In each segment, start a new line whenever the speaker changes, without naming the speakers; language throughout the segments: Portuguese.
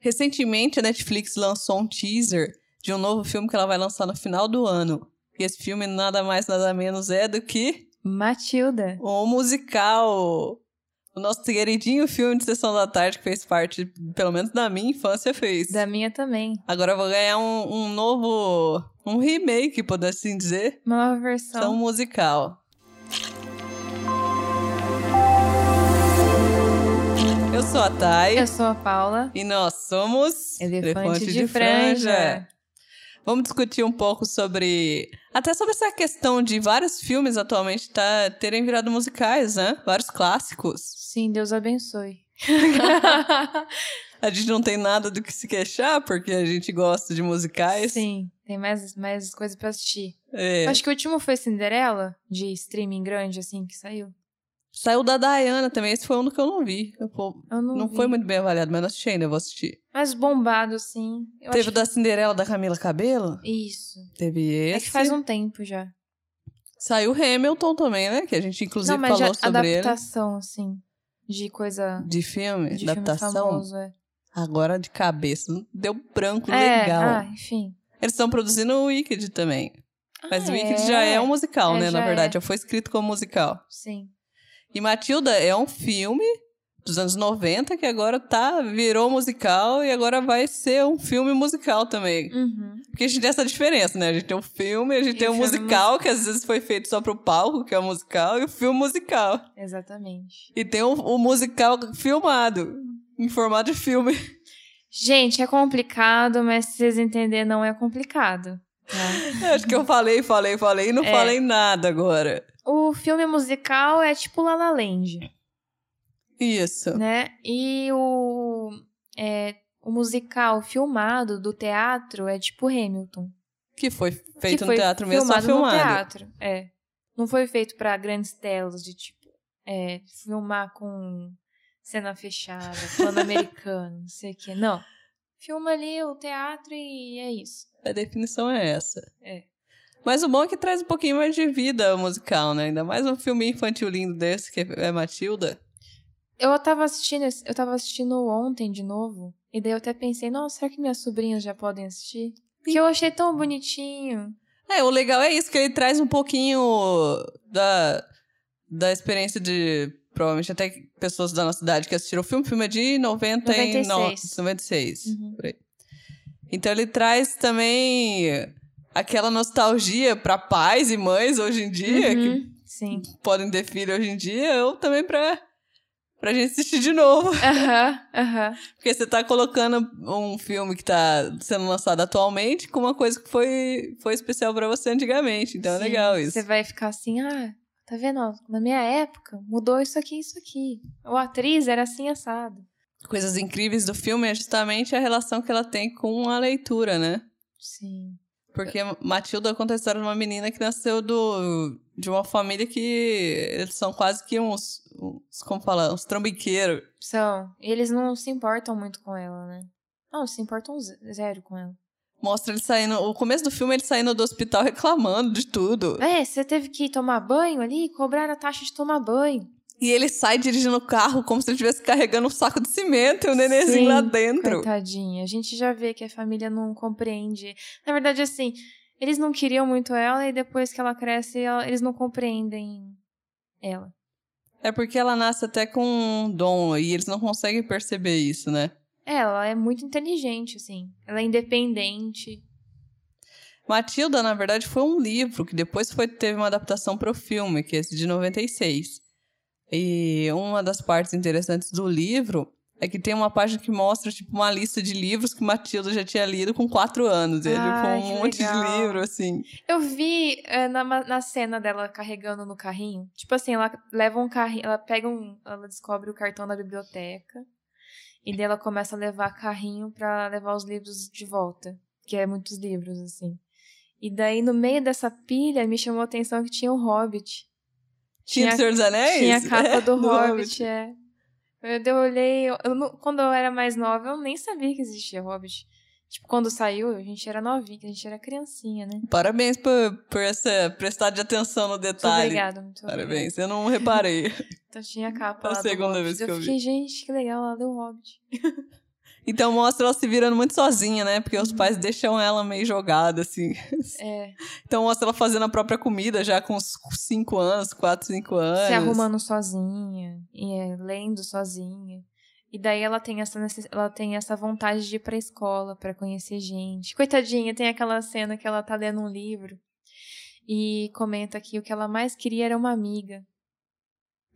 Recentemente, a Netflix lançou um teaser de um novo filme que ela vai lançar no final do ano. E esse filme nada mais, nada menos é do que
Matilda.
um musical. O nosso queridinho filme de Sessão da Tarde, que fez parte, pelo menos da minha infância, fez.
Da minha também.
Agora eu vou ganhar um, um novo. um remake, por assim dizer.
Uma nova
São
versão.
musical. Eu sou a Thay.
Eu sou a Paula.
E nós somos.
Elefante, de, franja.
Vamos discutir um pouco sobre. Até sobre essa questão de vários filmes atualmente tá, terem virado musicais, né? Vários clássicos.
Sim, Deus abençoe.
A gente não tem nada do que se queixar, porque a gente gosta de musicais.
Sim, tem mais, mais coisas pra assistir.
É.
Acho que o último foi Cinderela, de streaming grande, assim, que saiu.
Saiu da Diana também, esse foi um que eu não vi. Eu, pô,
Eu não,
não
vi.
foi muito bem avaliado, mas não assisti ainda, eu vou assistir.
Mas bombado, assim. Eu
Teve
acho
o da Cinderela da Camila Cabelo?
que- Isso.
Teve esse.
É que faz um tempo já.
Saiu Hamilton também, né? Que a gente inclusive
não, mas
falou
já
sobre ele.
adaptação, assim, de coisa...
De filme?
De
adaptação?
filme famoso, é.
Agora de cabeça. Deu branco,
É,
legal.
ah, enfim.
Eles estão produzindo o Wicked também. Mas o
Ah,
Wicked já é um musical,
É,
né? Na
já
verdade, já foi escrito como musical.
Sim.
E Matilda é um filme dos anos 90 que agora tá virou musical e agora vai ser um filme musical também.
Uhum.
Porque a gente tem essa diferença, né? A gente tem um filme, a gente
E
tem
o
um
filme
musical que às vezes foi feito só pro palco, que é o musical, e o filme musical.
Exatamente.
E tem o, o musical filmado, em formato de filme.
Gente, é complicado, mas se vocês entenderem, não é complicado. tá?
Acho que eu falei, falei, falei e não
É.
falei nada agora.
o filme musical é tipo La La Land,
Isso.
né? E o, é, o musical filmado do teatro é tipo Hamilton.
Que foi
que
feito
foi
no teatro mesmo, só
filmado
filmado.
no teatro, é. Não foi feito pra grandes telas de tipo é, filmar com cena fechada, plano americano, não sei o quê. Não. Filma ali o teatro e é isso.
A definição é essa.
É.
Mas o bom é que traz um pouquinho mais de vida ao musical, né? Ainda mais um filme infantil lindo desse, que é Matilda.
Eu tava assistindo, esse- eu tava assistindo ontem de novo, e daí eu até pensei, nossa, será que minhas sobrinhas já podem assistir? Que eu achei tão bonitinho.
É, o legal é isso, que ele traz um pouquinho da, da experiência de. Provavelmente até pessoas da nossa idade que assistiram o filme. O filme é de 99,
96.
96.
Uhum.
por aí. Então ele traz também aquela nostalgia pra pais e mães hoje em dia, é que
Uhum, Sim.
podem ter filho hoje em dia, ou também pra, pra gente assistir de novo.
Aham, aham.
Porque você tá colocando um filme que tá sendo lançado atualmente com uma coisa que foi, foi especial pra você antigamente. Então
Sim,
é legal isso.
Você vai ficar assim, ah, tá vendo? ó, Na minha época, mudou isso aqui, isso aqui. Ou a atriz era assim assado.
Coisas incríveis do filme é justamente a relação que ela tem com a leitura, né?
Sim.
Porque Matilda conta a história de uma menina que nasceu do, de uma família que eles são quase que uns, uns como falar, uns trambiqueiros.
São. E eles não se importam muito com ela, né? Não, se importam ze- zero com ela.
Mostra ele saindo, o começo do filme ele saindo do hospital reclamando de tudo.
É, você teve que tomar banho ali, cobrar a taxa de tomar banho.
E ele sai dirigindo o carro como se ele estivesse carregando um saco de cimento e o nenenzinho
Sim,
lá dentro.
Coitadinha. A gente já vê que a família não compreende. Na verdade, assim, eles não queriam muito ela e depois que ela cresce, ela- eles não compreendem ela.
É porque ela nasce até com um dom e eles não conseguem perceber isso, né?
Ela é muito inteligente, assim. Ela é independente.
Matilda, na verdade, foi um livro que depois foi, teve uma adaptação para o filme, que é esse de 96. E uma das partes interessantes do livro é que tem uma página que mostra tipo uma lista de livros que Matilda já tinha lido com quatro anos. E é,
Ai,
tipo,
que
um monte
legal.
de livro, assim.
Eu vi eh, na, ma- na cena dela carregando no carrinho. Tipo assim, ela leva um carrinho, ela pega um. Ela descobre o cartão da biblioteca. E daí ela começa a levar carrinho pra levar os livros de volta. Que é muitos livros, assim. E daí, no meio dessa pilha, me chamou a atenção que tinha o Hobbit.
Tinha, do Senhor dos Anéis?
tinha a capa
É,
do, Hobbit, é. Eu, daí eu olhei. eu- eu não- quando eu era mais nova, eu nem sabia que existia Hobbit. Tipo, quando saiu, a gente era novinha, a gente era criancinha, né?
Parabéns por, por essa prestar de atenção no
Muito
detalhe.
obrigada, muito obrigada.
Parabéns, eu não reparei.
Então tinha a capa
É a
lá do
segunda
Hobbit.
vez que eu vi.
fiquei, gente, que legal, ela deu Hobbit.
Então mostra ela se virando muito sozinha, né? Porque os
Uhum.
pais deixam ela meio jogada, assim.
É,
Então mostra ela fazendo a própria comida já com uns 5 anos, 4, 5 anos.
se arrumando sozinha, e é, lendo sozinha. E daí ela tem essa necess- ela tem essa vontade de ir pra escola pra conhecer gente. Coitadinha, tem aquela cena que ela tá lendo um livro e comenta que o que ela mais queria era uma amiga.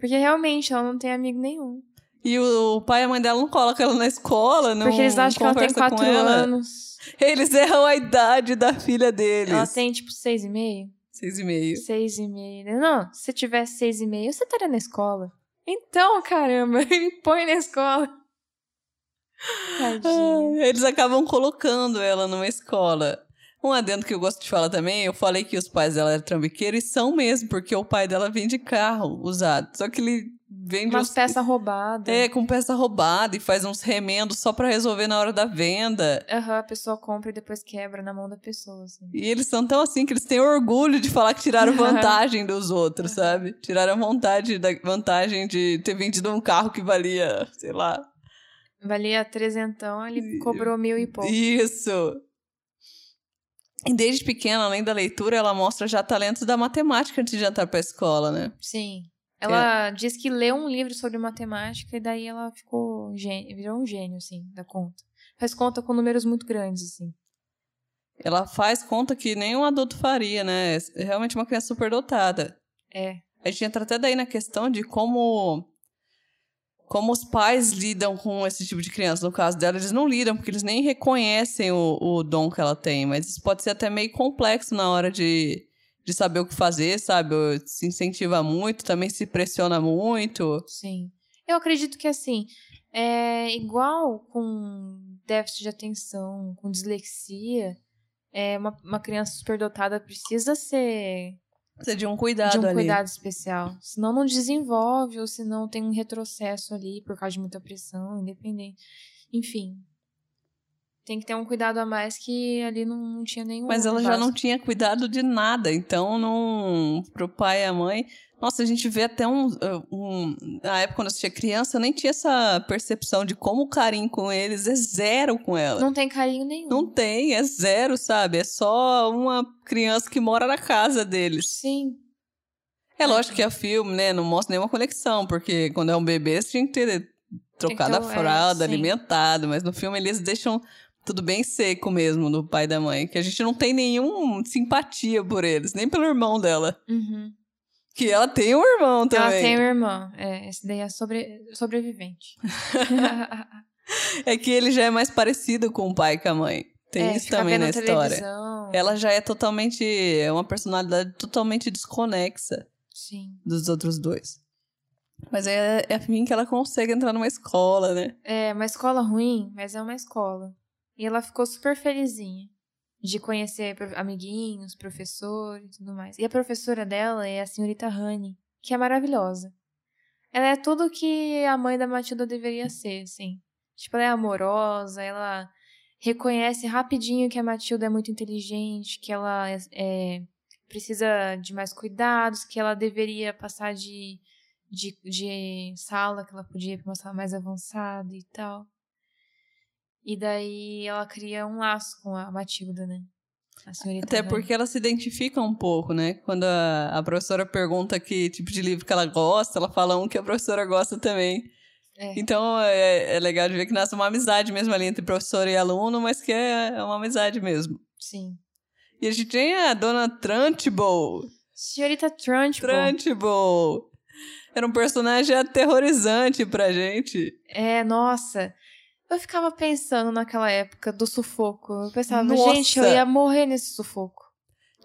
Porque realmente ela não tem amigo nenhum.
E o pai e a mãe dela não colocam ela na escola, não
porque eles acham que ela tem
conversa com
quatro
ela.
anos.
Eles erram a idade da filha deles.
Ela tem tipo seis e meio?
Seis e meio.
Seis e meio. né? Não, se tivesse seis e meio, você estaria na escola. Então, caramba, me põe na escola. Tadinha.
Ah, eles acabam colocando ela numa escola. Um adendo que eu gosto de falar também, eu falei que os pais dela eram trambiqueiros e são mesmo, porque o pai dela vende carro usado. Só que ele vende
Umas
uns...
peças roubadas.
É, com peça roubada e faz uns remendos só pra resolver na hora da venda.
Aham, a pessoa compra e depois quebra na mão da pessoa, assim.
E eles são tão assim que eles têm orgulho de falar que tiraram vantagem dos outros, sabe? Tiraram vontade da vantagem de ter vendido um carro que valia, sei lá.
Valia trezentão, ele cobrou mil e pouco.
Isso. E desde pequena, além da leitura, ela mostra já talentos da matemática antes de entrar pra escola, né?
Sim. Ela diz que leu um livro sobre matemática e daí ela ficou gênio, virou um gênio, assim, da conta. Faz conta com números muito grandes, assim.
Ela faz conta que nenhum adulto faria, né? É realmente uma criança superdotada.
É.
A gente entra até daí na questão de como como os pais lidam com esse tipo de criança. No caso dela, eles não lidam, porque eles nem reconhecem o, o dom que ela tem. Mas isso pode ser até meio complexo na hora de, de saber o que fazer, sabe? Se incentiva muito, também se pressiona muito.
Sim. Eu acredito que assim, é igual com déficit de atenção, com dislexia, é uma, uma criança superdotada precisa ser
Precisa de um cuidado
de um
ali.
cuidado especial. Senão não desenvolve, ou senão tem um retrocesso ali por causa de muita pressão, independente. Enfim. Tem que ter um cuidado a mais que ali não, não tinha nenhum.
Mas ela já
básico.
não tinha cuidado de nada, então não. Pro pai e a mãe. Nossa, a gente vê até um, um- Na época quando eu assistia criança, eu nem tinha essa percepção de como o carinho com eles é zero com ela.
Não tem carinho nenhum.
Não, tem, é zero, sabe? É só uma criança que mora na casa deles.
Sim.
É lógico que é filme, né? Não mostra nenhuma conexão, porque quando é um bebê, você tinha que ter trocado
Então,
a
é,
fralda,
sim.
alimentado, mas no filme eles deixam tudo bem seco mesmo do pai e da mãe, que a gente não tem nenhuma simpatia por eles, nem pelo irmão dela.
Uhum.
Que ela tem um irmão também.
Ela tem uma irmã. É, esse daí é sobre, sobrevivente.
É que ele já é mais parecido com o pai que a mãe. Tem
É,
isso
fica
também
vendo
na história.
televisão.
Ela já é totalmente. É uma personalidade totalmente desconexa
Sim.
dos outros dois. Mas é, é assim que ela consegue entrar numa escola, né?
É uma escola ruim, mas é uma escola. E ela ficou super felizinha de conhecer pro- amiguinhos, professores e tudo mais. E a professora dela é a senhorita Honey, que é maravilhosa. Ela é tudo que a mãe da Matilda deveria ser, assim. Tipo, ela é amorosa, ela reconhece rapidinho que a Matilda é muito inteligente, que ela é- é, precisa de mais cuidados, que ela deveria passar de, de, de sala, que ela podia ir pra uma sala mais avançada e tal. E daí ela cria um laço com a Matilda, né? A senhorita.
Até
Hannah.
porque ela se identifica um pouco, né? Quando a, a professora pergunta que tipo de livro que ela gosta, ela fala um que a professora gosta também.
É.
Então é, é legal de ver que nasce uma amizade mesmo ali entre professor e aluno, mas que é, é uma amizade mesmo.
Sim.
E a gente tem a dona Trunchbull.
Senhorita tipo, Trunchbull.
Trunchbull! Era um personagem aterrorizante pra gente.
É, nossa. Eu ficava pensando naquela época do sufoco. Eu pensava,
Nossa!
gente, eu ia morrer nesse sufoco.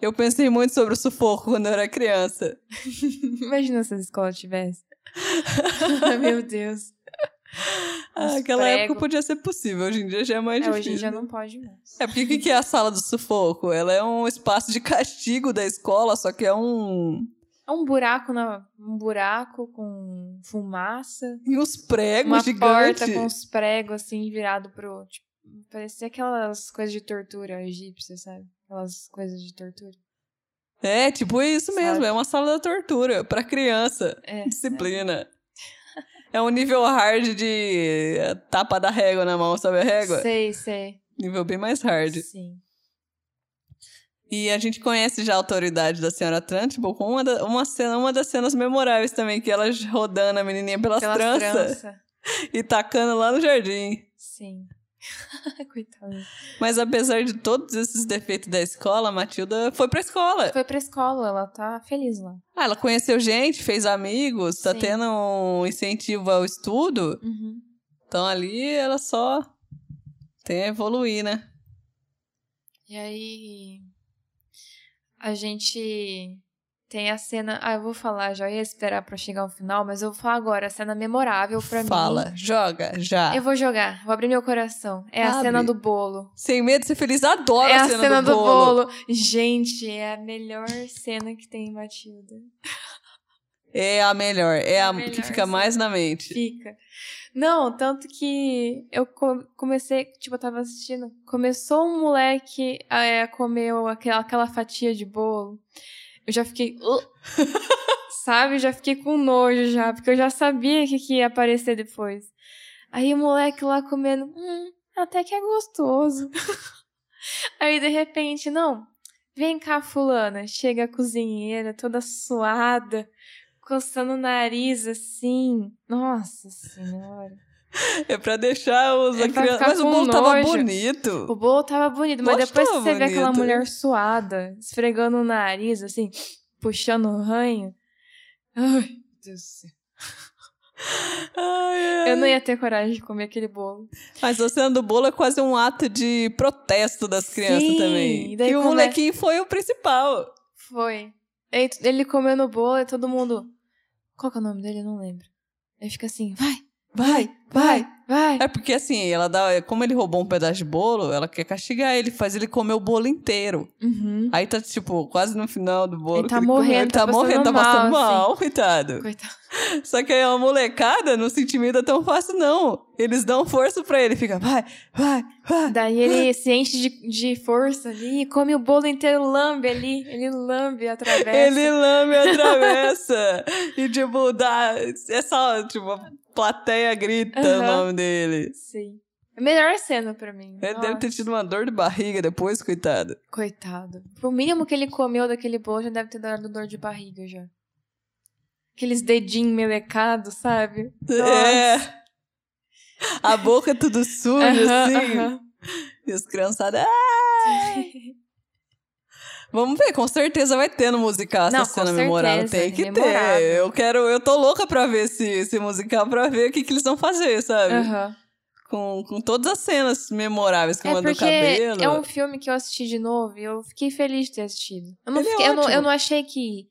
Eu pensei muito sobre o sufoco quando eu era criança.
Imagina se a escola tivesse. Meu Deus.
Ah,
Uns
aquela
prego.
época podia ser possível, hoje em dia já é mais
É,
difícil.
hoje em dia não pode mais.
É porque o que que é a sala do sufoco? Ela é um espaço de castigo da escola, só que é um.
É um buraco na um buraco com fumaça,
E uns pregos
uma porta
gigantes.
com os pregos assim virado pro, tipo, parecia aquelas coisas de tortura egípcia, sabe? Aquelas coisas de tortura.
É, tipo isso mesmo,
Sabe?
é uma sala da tortura pra criança.
É.
Disciplina. É um nível hard de eh, tapa da régua na mão, sabe a régua?
Sei, sei.
Nível bem mais hard.
Sim.
E a gente conhece já a autoridade da senhora Trunchbull com uma, da- uma, cena, uma das cenas memoráveis também, que ela rodando a menininha pelas,
Pelas
tranças
tranças.
e tacando lá no jardim.
Sim. Coitada.
Mas apesar de todos esses defeitos da escola, a Matilda foi pra escola.
Foi pra escola, ela tá feliz lá.
Ah, ela conheceu gente, fez amigos, tá
Sim.
tendo um incentivo ao estudo.
Uhum.
Então ali ela só tem a evoluir, né?
E aí. A gente tem a cena. Ah, eu vou falar, já ia esperar pra chegar ao final, mas eu vou falar agora. A cena memorável pra mim.
Fala, joga, já.
Eu vou jogar, vou abrir meu coração. É a
Abre.
cena do bolo.
Sem medo de ser feliz, adoro
é
a cena, do, bolo.
Gente, é a melhor cena que tem em Matilda.
É a melhor, é a,
melhor
que fica mais na mente.
Fica. Não, tanto que eu co- comecei, tipo, eu tava assistindo. Começou um moleque a é, comer o- aquela, aquela fatia de bolo. Eu já fiquei. "Ugh." Sabe? Já fiquei com nojo já, porque eu já sabia o que, que ia aparecer depois. Aí o moleque lá comendo. Hum, até que é gostoso. Aí de repente, não. Vem cá, fulana. Chega a cozinheira, toda suada coçando o nariz assim. Nossa senhora.
É pra deixar os
É
a
pra
criança.
ficar
Mas o
com
bolo tava
nojo.
bonito.
O bolo tava bonito, mas
Gosto
depois que
tava
você vê aquela
bonito.
mulher suada, esfregando o nariz assim, puxando o ranho. Ai, meu Deus do céu.
Ai, ai.
Eu não ia ter coragem de comer aquele bolo.
Mas a cena do bolo é quase um ato de protesto das crianças
Sim,
também.
e
E,
daí
o
começa-
molequinho foi o principal.
Foi. Ele, ele comendo o bolo e todo mundo. Qual que é o nome dele? Eu não lembro. Ele fica assim, vai,
Vai,
vai, vai.
É porque assim, ela dá, como ele roubou um pedaço de bolo, ela quer castigar ele, faz ele comer o bolo inteiro.
Uhum.
Aí tá tipo quase no final do bolo.
Ele
que
tá
comeu,
morrendo,
ele
tá
tá
passando
morrendo, tá passando
mal, assim.
mal, coitado.
Coitado.
Só que aí a molecada não se intimida tão fácil não. Eles dão força pra ele, fica vai, vai, vai.
Daí ele se enche de, de força ali e come o bolo inteiro, lambe ali. Ele lambe através.
Ele lame a travessa. e, tipo, dá. É só, tipo, a plateia grita o
Aham.
nome dele.
Sim. A melhor cena pra mim.
Ele
Nossa.
deve ter tido uma dor de barriga depois, coitado.
Coitado. Pro mínimo que ele comeu daquele bolo, já deve ter dado dor de barriga já. Aqueles dedinhos melecados, sabe?
É. A boca é tudo suja,
Aham,
assim.
aham.
E os criançados. "Ah!" Vamos ver, com certeza vai ter no musical essa
Não, com
cena
certeza,
memorável. Tem que ter.
memorável.
Eu quero. Eu tô louca pra ver esse, esse musical, pra ver o que, que eles vão fazer, sabe?
Aham.
Com, com todas as cenas memoráveis que
É
mandou o
porque
cabelo.
é um filme que eu assisti de novo e eu fiquei feliz de ter assistido. Eu não,
Ele é
fiquei- eu não,
ótimo.
eu não achei que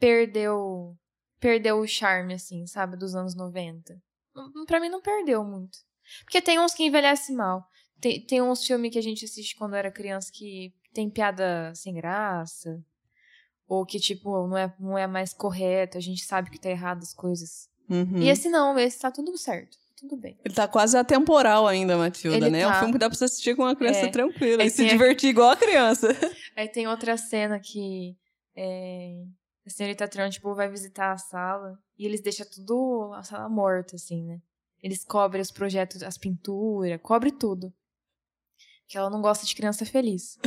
perdeu, perdeu o charme, assim, sabe? Dos anos 90. Não- Pra mim não perdeu muito. Porque tem uns que envelhecem mal. Tem, tem uns filmes que a gente assiste quando era criança que tem piada sem graça. Ou que, tipo, não é, não é mais correto, a gente sabe que tá errado as coisas.
Uhum.
E esse não, esse tá tudo certo. Tudo bem.
Ele tá quase atemporal ainda, Matilda,
Ele
né? É
tá.
um filme que dá pra você assistir com uma criança
É.
tranquila
Aí
e se
tem a-
divertir igual a criança.
Aí tem outra cena que é, a senhorita Tron, tipo, vai visitar a sala e eles deixam tudo a sala morta, assim, né? Eles cobrem os projetos, as pinturas, cobre tudo. Que ela não gosta de criança feliz.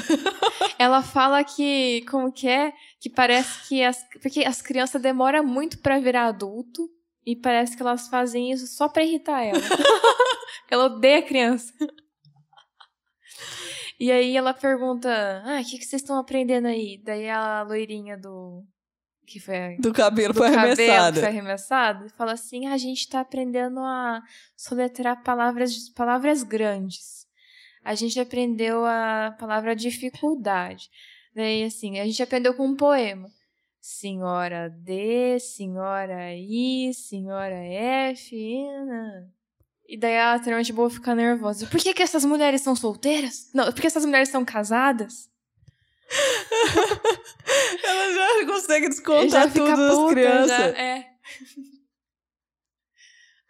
ela fala que, como que é? Que parece que as. Porque as crianças demoram muito pra virar adulto e parece que elas fazem isso só pra irritar ela. ela odeia criança. E aí ela pergunta: Ah, o que, que vocês estão aprendendo aí? Daí a loirinha do. Que foi a.
Do cabelo
do
foi
cabelo é. que
arremessado.
foi arremessado, fala assim: "Ah, a gente tá aprendendo a soletrar palavras, palavras grandes. A gente aprendeu a palavra dificuldade. Daí, assim, a gente aprendeu com um poema. Senhora D, senhora I, senhora F. nã. E daí a trama de boa fica nervosa. Por que, que essas mulheres são solteiras? Não, por que essas mulheres são casadas?
Ela já consegue
E
descontar tudo das crianças.
já- é.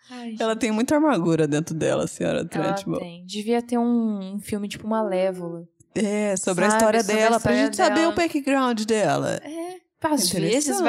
Ai,
Ela tem muita amargura dentro dela, a senhora Trentman.
tem. Devia ter um, um filme tipo Malévola.
É, sobre
Sabe,
a história
sobre a
dela,
história
pra gente saber
dela.
o background dela.
É. Às vezes vai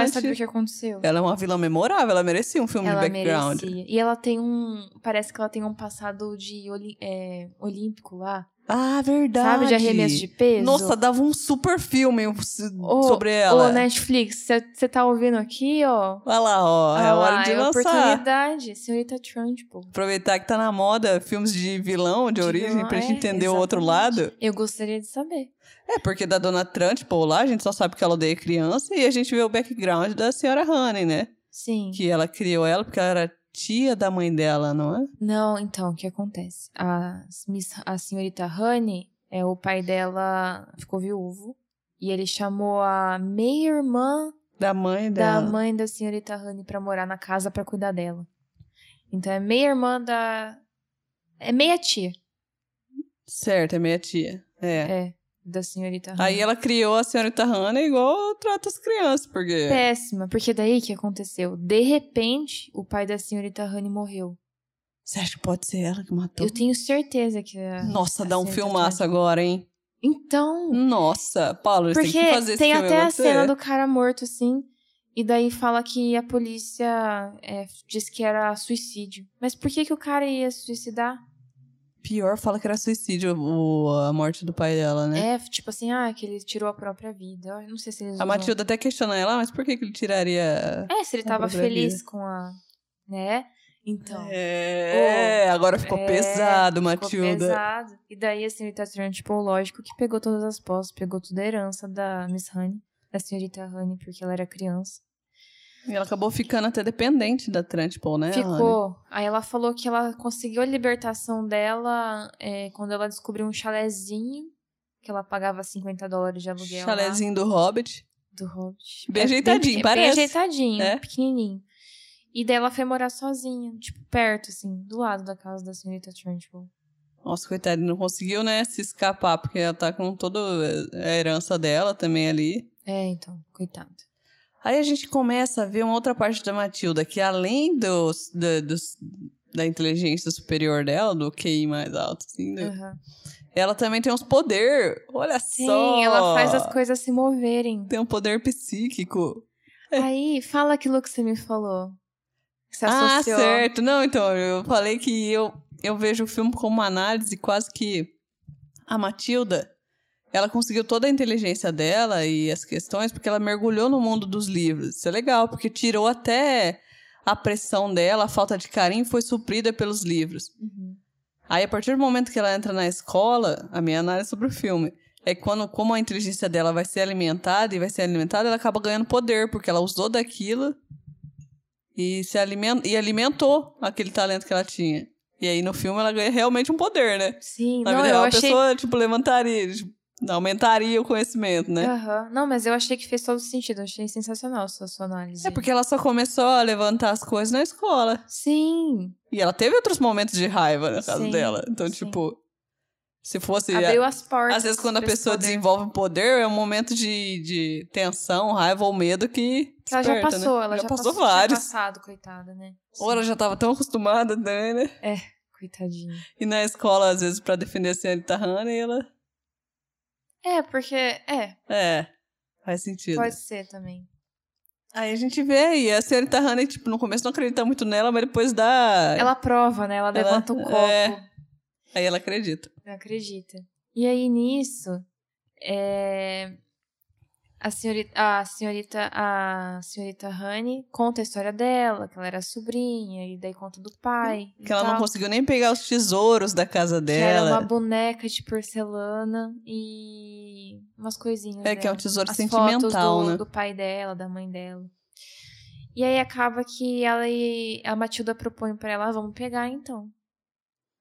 Interessante.
saber o que aconteceu.
Ela é uma vilã memorável, ela merecia um filme
Ela
de background.
merecia. E ela tem um. Parece que ela tem um passado de oli- é, olímpico lá.
Ah, verdade.
Sabe? De arremesso de peso.
Nossa, dava um super filme s-
Ô,
sobre ela.
Ô, né? Netflix, você tá ouvindo aqui, ó.
Olha lá, ó. é
Olha lá,
hora de
é a
lançar.
oportunidade, senhorita Trunchbull.
Aproveitar que tá na moda filmes de vilão, de,
De
origem,
vilão,
pra gente
é,
entender o outro
exatamente.
lado.
Eu gostaria de saber.
É, porque da Dona Trant, pô, lá a gente só sabe que ela odeia criança e a gente vê o background da senhora Honey, né?
Sim.
Que ela criou ela porque ela era tia da mãe dela, não é?
Não, então, o que acontece? A, Miss- a senhorita Honey, é, o pai dela ficou viúvo. E ele chamou a meia-irmã
Da mãe
da
dela.
mãe da senhorita Honey pra morar na casa pra cuidar dela. Então é meia-irmã da. É meia-tia.
Certo, é minha tia. É.
É, da senhorita Honey.
Aí ela criou a senhorita Hannah igual trata as crianças, porque.
Péssima, porque daí o que aconteceu? De repente, o pai da senhorita Honey morreu.
Você acha que pode ser ela que matou?
Eu tenho certeza que. a-
Então Nossa,
a
dá um
senhorita
filmaço
Honey-
agora, hein?
Então.
Nossa, Paulo, eles têm
Porque
que fazer esse
tem
filme é
até a
acontecer.
cena do cara morto, assim. E daí fala que a polícia é, disse que era suicídio. Mas por que, que o cara ia se suicidar?
Pior fala que era suicídio o- a morte do pai dela, né?
É, tipo assim, ah, que ele tirou a própria vida. Eu não sei se eles
a
usam-
Matilda até questiona ela, "Ah, mas por que, que ele tiraria.
É, se ele
a
tava
própria
feliz com a. Né? Então.
É, agora ficou
é,
pesado,
Ficou
Matilda.
pesado. E daí, assim, ele tá tirando, tipo, lógico que pegou todas as posses, pegou toda a herança da Miss Honey, da senhorita Honey, porque ela era criança.
E ela acabou ficando até dependente da Trunchbull, né? Rony?
Ficou. Aí ela falou que ela conseguiu a libertação dela é, quando ela descobriu um chalezinho que ela pagava 50 dólares de aluguel. lá,
Chalezinho do Hobbit.
do Hobbit.
Bem
É,
ajeitadinho,
pequ-
parece.
Bem ajeitadinho,
É.
pequenininho. E daí ela foi morar sozinha, tipo, perto, assim, do lado da casa da senhorita Trunchbull.
Nossa, coitada, não conseguiu, né, se escapar, porque ela tá com toda eh, a herança dela também ali.
É, então, coitado.
Aí a gente começa a ver uma outra parte da Matilda, que além dos, da, dos- da inteligência superior dela, do QI mais alto, assim, né,
Aham.
ela também tem uns poder. Olha
Sim,
só!
ela faz as coisas se moverem.
Tem um poder psíquico.
Aí, fala aquilo que você me falou. Que você
Ah,
Tá associou.
certo. Não, então, eu falei que eu, eu vejo o filme como uma análise quase que a Matilda, ela conseguiu toda a inteligência dela e as questões porque ela mergulhou no mundo dos livros. Isso é legal, porque tirou até a pressão dela, a falta de carinho foi suprida pelos livros.
Uhum.
Aí, a partir do momento que ela entra na escola, a minha análise sobre o filme é que quando, como a inteligência dela vai ser alimentada e vai ser alimentada, ela acaba ganhando poder, porque ela usou daquilo e se alimenta, e alimentou aquele talento que ela tinha. E aí, no filme, ela ganha realmente um poder, né?
Sim,
Na
não,
vida
eu
real,
achei
a pessoa, tipo, levantaria, tipo, aumentaria o conhecimento, né?
Aham. Não, mas eu achei que fez todo sentido. Eu achei sensacional essa sua análise.
É porque ela só começou a levantar as coisas na escola.
Sim.
E ela teve outros momentos de raiva na casa
Sim,
dela. Então,
sim.
tipo, se fosse.
Abriu as portas.
é. Às vezes, quando a
pra esse
pessoa
poder.
desenvolve um poder, é um momento de, de tensão, raiva ou medo que.
Que ela já
desperta, né?
passou, ela já,
passou,
tinha
vários.
passado, coitada, né?
Ou ela
Sim,
já tava tão acostumada, né? né?
Coitadinha.
E na escola, às vezes, pra defender a senhorita Hannah, ela.
É, porque. É,
É. Faz sentido.
pode ser também.
Aí a gente vê, e a senhorita Hannah, tipo, no começo não acredita muito nela, mas depois dá.
Ela prova, né? Ela levanta o copo.
é. Aí ela acredita.
Não acredita. E aí nisso, é, a senhorita, a senhorita, a senhorita Honey conta a história dela, que ela era sobrinha e daí conta do pai. e
Que ela não
tal,
conseguiu nem pegar os tesouros da casa
Então que era uma
dela.
boneca de porcelana e umas coisinhas.
É, que é um
dela.
tesouro
né? As fotos
sentimental,
do,
né?
do pai dela, da mãe dela. E aí acaba que ela e a Matilda propõe pra ela, "Ah, vamos pegar então.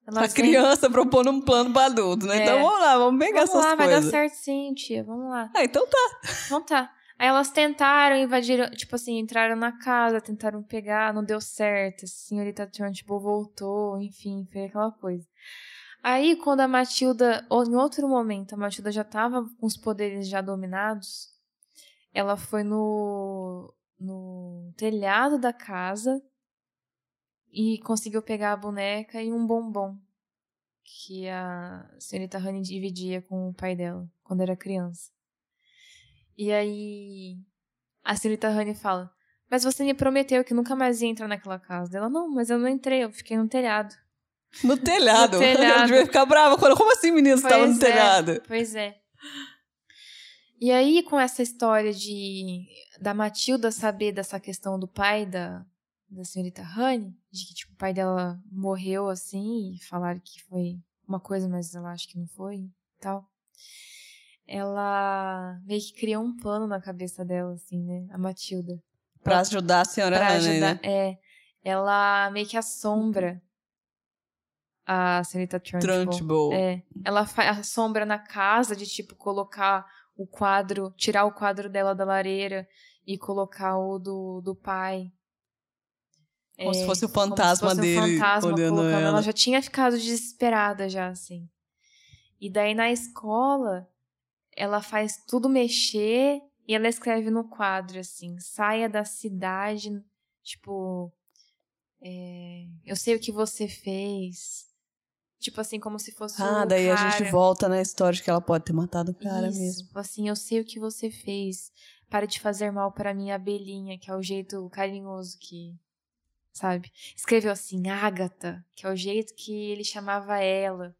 Ela
A criança propondo um plano pra adulto, né?
É.
Então vamos lá, vamos pegar
Vamos
essas
lá, vai
coisas.
dar certo sim, tia. Vamos lá.
Ah, então tá.
Então tá. Aí elas tentaram, invadiram, tipo assim, entraram na casa, tentaram pegar, não deu certo. A senhorita Trunchbull voltou, enfim, foi aquela coisa. Aí, quando a Matilda, ou em outro momento, a Matilda já tava com os poderes já dominados, ela foi no, no telhado da casa e conseguiu pegar a boneca e um bombom que a senhorita Honey dividia com o pai dela quando era criança. E aí A senhorita Honey fala: Mas você me prometeu que nunca mais ia entrar naquela casa. Ela: Não, mas eu não entrei, eu fiquei no telhado.
No telhado.
No telhado.
Eu devia ficar brava. quando- Como assim, menino? Você tava no
Pois é,
telhado.
Pois é. E aí, com essa história de da Matilda saber dessa questão do pai da, da senhorita Honey, de que tipo, o pai dela morreu assim, e falaram que foi uma coisa, mas ela acha que não foi e tal. Ela meio que criou um plano na cabeça dela, assim, né? A Matilda
Pra ajudar a senhora
pra
Hannah,
ajudar.
né?
É. Ela meio que assombra a senhorita Trunchbull.
Trunchbull.
É. Ela fa- assombra na casa de, tipo, colocar o quadro, tirar o quadro dela da lareira e colocar o do, do pai. É,
Como se fosse o
como se
fantasma
fosse o
dele
fantasma
olhando
colocando.
ela.
já tinha ficado desesperada, já, assim. E daí na escola, ela faz tudo mexer e ela escreve no quadro, assim: saia da cidade, tipo. é, eu sei o que você fez. Tipo assim, como se fosse.
Ah,
o
daí
cara.
a gente volta na história de que ela pode ter matado o cara
Isso,
mesmo.
Assim, eu sei o que você fez. Para de fazer mal para minha abelhinha, que é o jeito carinhoso que. Sabe? Escreveu assim, Ágata, que é o jeito que ele chamava ela.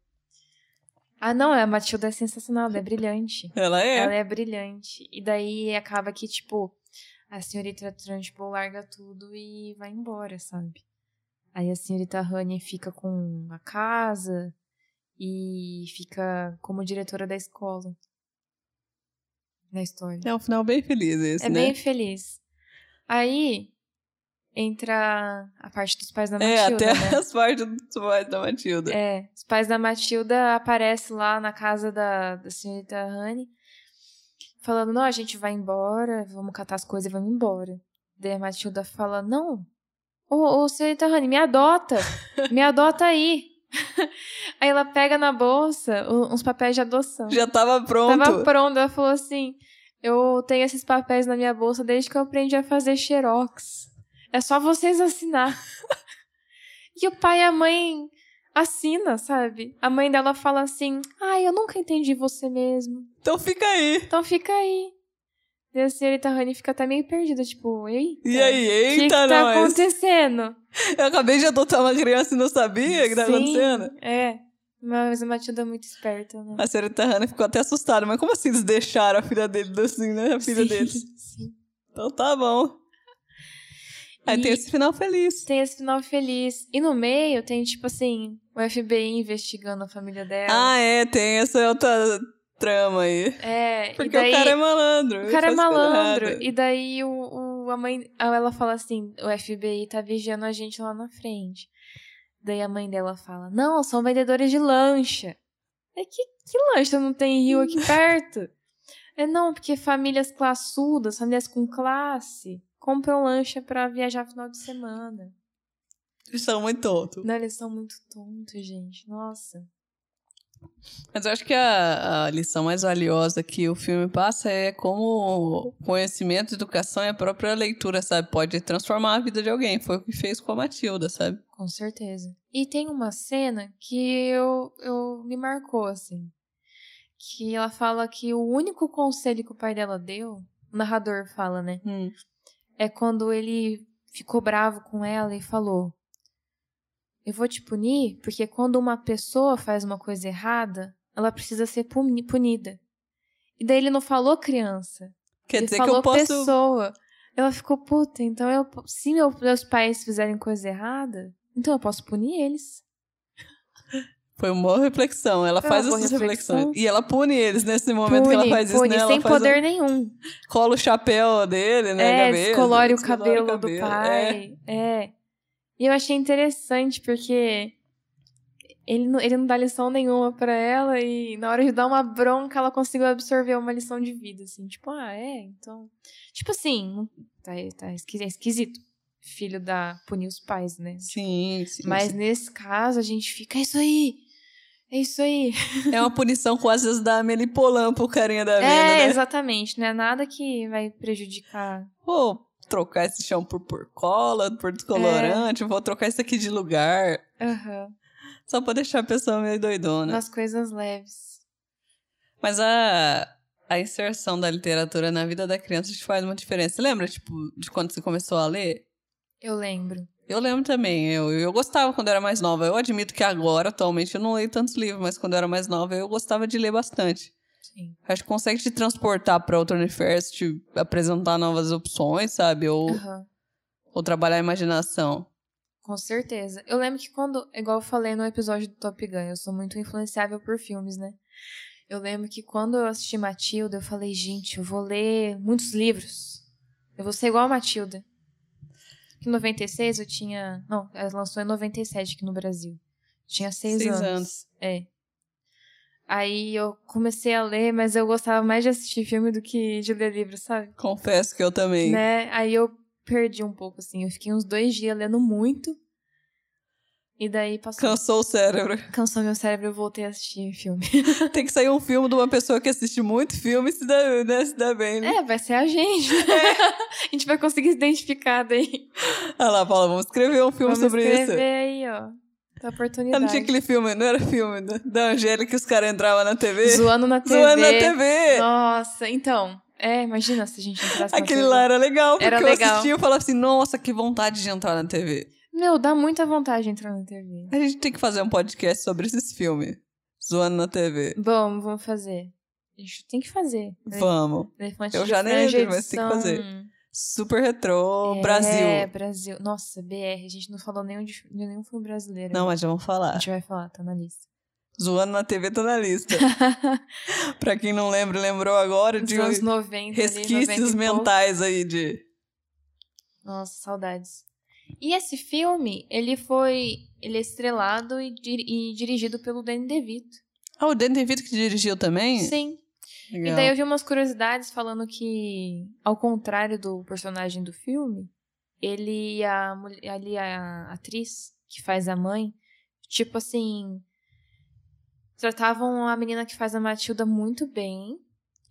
Ah, não, a Matilda é sensacional, ela é brilhante.
Ela é.
Ela é brilhante. E daí acaba que, tipo, a senhorita Trunchbull larga tudo e vai embora, sabe? Aí a senhorita Honey fica com a casa e fica como diretora da escola. Na história.
É um final bem feliz esse,
é
né?
bem feliz. Aí entra a parte dos pais da
é,
Matilda,
até
né?
as partes do pais da Matilda.
É, os pais da Matilda aparecem lá na casa da, da senhorita Honey, falando, não, a gente vai embora, vamos catar as coisas e vamos embora. Daí a Matilda fala, não, ô, ô senhorita Honey, me adota, me adota aí. aí ela pega na bolsa u- uns papéis de adoção.
Já tava pronto.
Tava pronto, ela falou assim, eu tenho esses papéis na minha bolsa desde que eu aprendi a fazer xerox. É só vocês assinar. e o pai e a mãe assina, sabe? A mãe dela fala assim: "Ai, eu nunca entendi você mesmo.
Então fica aí.
Então fica aí." E a senhorita Honey fica até meio perdida, tipo, ei?
E aí,
O que, que
eita,
tá
nós.
acontecendo?
Eu acabei de adotar uma criança e não sabia o que tá
Sim,
acontecendo.
É. Mas a Matilda é muito esperta, né?
A senhorita Hannah ficou até assustada, mas como assim eles deixaram a filha dele assim, né? A filha
Sim,
deles.
Sim.
Então tá bom. Aí
E-
tem esse final feliz.
Tem esse final feliz. E no meio tem, tipo assim, o FBI investigando a família dela.
Ah, é, tem essa outra trama aí.
é,
Porque
e daí,
o cara é malandro.
o
ele
cara é
faz coisa
malandro.
errada.
E daí o, o- a mãe, ela fala assim, o FBI tá vigiando a gente lá na frente. Daí a mãe dela fala, não, são vendedores de lancha. É que, que lancha não tem rio aqui perto? É não, porque famílias classudas, famílias com classe, compram lancha pra viajar final de semana.
Eles são muito tontos.
Não, eles são muito tontos, gente. Nossa.
Mas eu acho que a, a lição mais valiosa que o filme passa é como o conhecimento, educação e a própria leitura, sabe? Pode transformar a vida de alguém. Foi o que fez com a Matilda, sabe?
Com certeza. E tem uma cena que eu, eu me marcou, assim. Que ela fala que o único conselho que o pai dela deu, o narrador fala, né?
Hum.
É quando ele ficou bravo com ela e falou: Eu vou te punir, porque quando uma pessoa faz uma coisa errada, ela precisa ser puni- punida. E daí ele não falou criança.
Quer
Ele
dizer que
falou
eu posso.
pessoa. Ela ficou puta, então eu, po- se meu- meus pais fizerem coisa errada, então eu posso punir eles.
Foi uma boa reflexão. Ela
Foi
faz
uma boa
essas
reflexão.
reflexões. E ela pune eles nesse momento que ela faz isso,
pune,
né? Ela
sem
faz um-
poder nenhum.
Cola o chapéu dele, né?
é,
cabeça,
descolore o
descolore
cabelo, do
cabelo, é.
pai. É. E eu achei interessante, porque ele não, ele não dá lição nenhuma pra ela e na hora de dar uma bronca, ela conseguiu absorver uma lição de vida, assim. Tipo, ah, é, então... Tipo assim, não- tá, tá esqui- é esquisito. Filho da... punir os pais, né?
Sim, sim.
Mas
sim.
nesse caso, a gente fica, é isso aí! É isso aí!
É uma punição quase as da Amelie Polan pro carinha da
É,
venda, né?
exatamente. Não é nada que vai prejudicar.
Vou trocar esse chão por, por cola, por
É.
descolorante, vou trocar isso aqui de lugar.
Aham.
Só Né? pra deixar a pessoa meio doidona.
Nas coisas leves.
Mas a, a inserção da literatura na vida da criança te faz uma diferença. Você lembra, tipo, de quando você começou a ler?
Eu lembro.
Eu lembro também, eu, eu gostava quando eu era mais nova. Eu admito que agora, atualmente, eu não leio tantos livros, mas quando eu era mais nova, eu gostava de ler bastante.
Sim.
Acho que consegue te transportar para outro universo, te apresentar novas opções, sabe? Ou,
Aham.
ou trabalhar a imaginação.
Com certeza. Eu lembro que quando, igual eu falei no episódio do Top Gun, eu sou muito influenciável por filmes, né? Eu lembro que quando eu assisti Matilda, eu falei, gente, eu vou ler muitos livros. Eu vou ser igual a Matilda. Em 96 eu tinha. Não, ela lançou em 97 aqui no Brasil. Tinha seis,
Seis
anos.
anos.
É. Aí eu comecei a ler, mas eu gostava mais de assistir filme do que de ler livro, sabe?
Confesso que eu também.
né? Aí eu perdi um pouco, assim. Eu fiquei uns dois dias lendo muito. E daí passou.
Cansou o cérebro.
Cansou meu cérebro, eu voltei a assistir filme.
Tem que sair um filme de uma pessoa que assiste muito filme e se dá, né, se dá bem. Né?
É, vai ser a gente.
É.
a gente vai conseguir se identificar daí.
Olha Ah lá, Paula, vamos escrever um filme
É. Vamos
sobre isso.
escrever aí, ó. Da
Ah,
oportunidade.
não tinha aquele filme, não era filme da- da Angélica que os caras entravam na TV?
Zoando na TV.
Zoando na TV.
Nossa, então. É, imagina se a gente entrasse na
Aquele
TV.
lá era legal, porque
Era
eu
legal.
assistia e eu falava assim, nossa, que vontade de entrar na TV.
Meu, dá muita vontade de entrar na TV.
A gente tem que fazer um podcast sobre esses filmes. Zoando na TV.
Bom, vamos fazer. A gente tem que fazer.
Vamos.
Elefante
Eu
de
já nem lembro,
franja,
mas tem que
edição-
Super retrô,
É,
Brasil.
Brasil. Nossa, BR. A gente não falou nenhum, de, de nenhum filme brasileiro.
Não, mas já vamos
A
falar.
gente vai falar, tá na lista.
Zoando na TV tá na lista. pra quem não lembra, lembrou agora
Dos
de
anos 90. ali, 90
resquícios
e pouco.
mentais aí de...
Nossa, saudades. E esse filme, ele foi. Ele é estrelado e, dir- e dirigido pelo Danny DeVito.
Ah, o Danny DeVito que dirigiu também?
Sim. E
Legal.
daí eu vi umas curiosidades falando que, ao contrário do personagem do filme, ele e a, mul- ali a atriz que faz a mãe, tipo assim, tratavam a menina que faz a Matilda muito bem.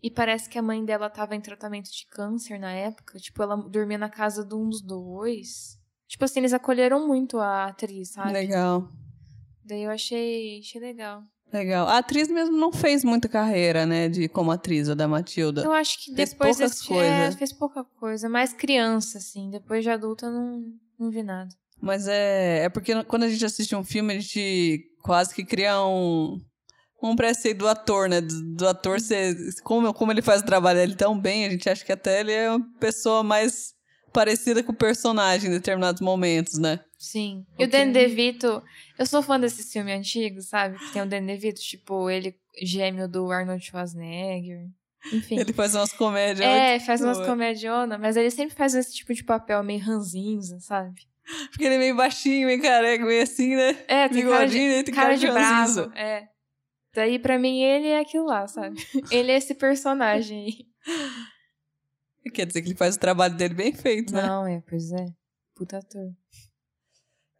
E parece que a mãe dela tava em tratamento de câncer na época. Tipo, ela dormia na casa de um dos dois. Tipo assim, eles acolheram muito a atriz, sabe?
Legal.
Daí eu achei, achei legal.
Legal. A atriz mesmo não fez muita carreira, né, de como atriz, a da Matilda.
Eu acho que
Fez
depois
poucas
desse-
coisas.
é, fez pouca coisa, mais criança, assim. Depois de adulta, eu não, não vi nada.
Mas é, é porque no- quando a gente assiste um filme, a gente quase que cria um, um preceito do ator, né? Do, do ator
Uhum.
ser. Como, como ele faz o trabalho dele tão bem, a gente acha que até ele é uma pessoa mais parecida com o personagem em determinados momentos, né?
Sim.
Ok.
E o Danny DeVito, eu sou fã desses filmes antigos, sabe? Que tem o Danny DeVito, tipo, ele gêmeo do Arnold Schwarzenegger. Enfim.
Ele faz umas comédias.
é, faz umas
boa.
comedionas, mas ele sempre faz esse tipo de papel meio ranzinza, sabe?
Porque ele é meio baixinho, meio careca, meio assim, né?
É, tem cara de,
Bigodinho, tem
cara de
ranzinza.
bravo. É. Daí, pra mim, ele é aquilo lá, sabe? ele é esse personagem aí.
Quer dizer que ele faz o trabalho dele bem feito, né?
Não, é, pois é. Puta ator.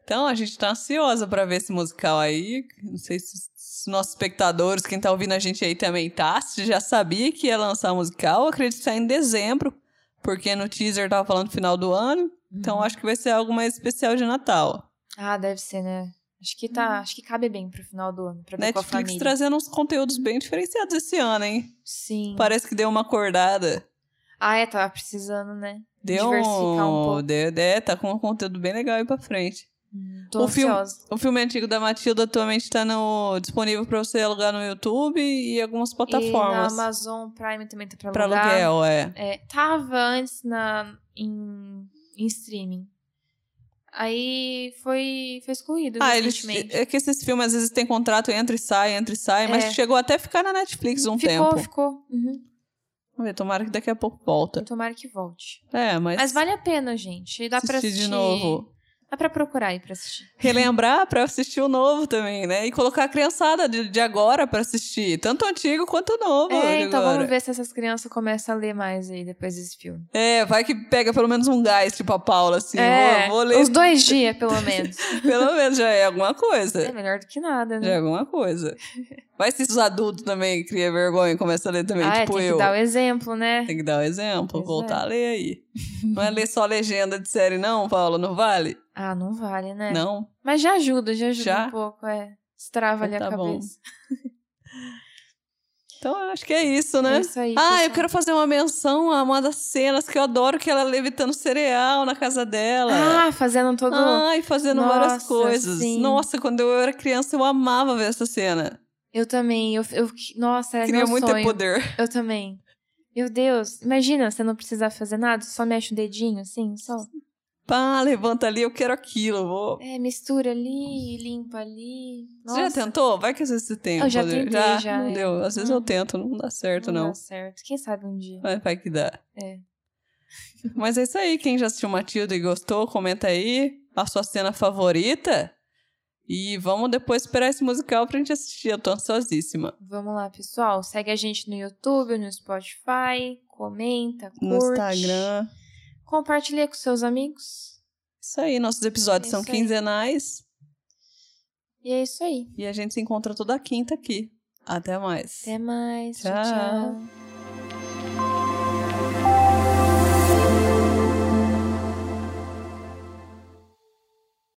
Então a gente tá ansiosa pra ver esse musical aí. Não sei se, se nossos espectadores, quem tá ouvindo a gente aí também tá. Se já sabia que ia lançar musical, eu acredito que sai em dezembro, porque no teaser tava falando final do ano.
Uhum.
Então acho que vai ser algo mais especial de Natal.
Ah, deve ser, né? Acho que tá, acho que cabe bem pro final do ano, pra ver com a
Uhum. Netflix
família.
trazendo uns conteúdos bem diferenciados esse ano, hein?
Sim.
Parece que deu uma acordada.
Ah, é, tava precisando, né?
Deu
Diversificar um pouco.
Deu, é, tá com um conteúdo bem legal aí pra frente.
Tô
O filme-
ansiosa.
O filme antigo da Matilda atualmente tá no, disponível pra você alugar no YouTube e em algumas plataformas.
E na Amazon Prime também tá pra
Pra
alugar.
aluguel, é.
É, tava antes na, em, em streaming. Aí foi, foi excluído
Ah, eles,
recentemente.
é que esses filmes às vezes tem contrato, entra e sai, entra e sai, mas
É.
chegou até a ficar na Netflix um
ficou,
tempo.
ficou. Uhum.
Vamos ver, tomara que daqui a pouco volta.
Tomara que volte.
É, mas,
Mas vale a pena, gente. Dá pra
assistir
assistir.
de novo.
Dá pra procurar aí pra assistir.
Relembrar pra assistir o novo também, né? E colocar a criançada de, de agora pra assistir, tanto o antigo quanto o novo.
É,
de
então
agora.
vamos ver se essas crianças começam a ler mais aí depois desse filme.
É, vai que pega pelo menos um gás, tipo a Paula, assim.
é,
Vou, vou ler,
uns dois dias, pelo menos.
pelo menos já é alguma
é
coisa.
melhor do que nada,
Já é
né?
alguma coisa. Vai se os adultos também criam vergonha e começam a ler também,
ah, é,
tipo
tem
eu.
que dar o exemplo, né?
Tem que dar o exemplo,
Pois
voltar a ler aí. Não é ler só legenda de série, não, Paulo, não vale?
Ah, não vale, né?
Não.
Mas já ajuda, já ajuda
Já? tá
um pouco, é. Estrava ali
Então
a
tá bom.
cabeça.
Então eu acho que é isso,
É
né?
isso aí.
Ah,
pessoal.
eu quero fazer uma menção a uma das cenas que eu adoro, que ela levitando cereal na casa dela.
Ah, fazendo todo.
Ai, fazendo várias
Nossa,
coisas.
sim.
Nossa, quando eu era criança, eu amava ver essa cena.
Eu também. Eu, eu, nossa, era
Queria
É meu
muito ter
sonho.
poder.
Eu também. Meu Deus, imagina você não precisar fazer nada, só mexe o dedinho, assim, só.
Pá, levanta ali, eu quero aquilo. Vou...
É, mistura ali, limpa ali.
Você já
Nossa,
tentou? Vai que às vezes você tem.
Eu já
poder.
tentei, já,
Não
é.
deu. Às vezes eu
Hum.
tento, não dá certo, não.
Dá certo. Quem sabe um dia.
Mas vai que dá.
É.
Mas é isso aí. Quem já assistiu Matilda e gostou, comenta aí a sua cena favorita. E vamos depois esperar esse musical pra gente assistir. Eu tô ansiosíssima.
Vamos lá, pessoal. Segue a gente no YouTube, no Spotify, comenta, curte.
No Instagram.
Compartilha com seus amigos.
Isso aí. Nossos episódios
É
são
isso aí.
quinzenais.
E é isso aí.
E a gente se encontra toda quinta aqui. Até mais.
Até mais.
Tchau.
tchau. tchau.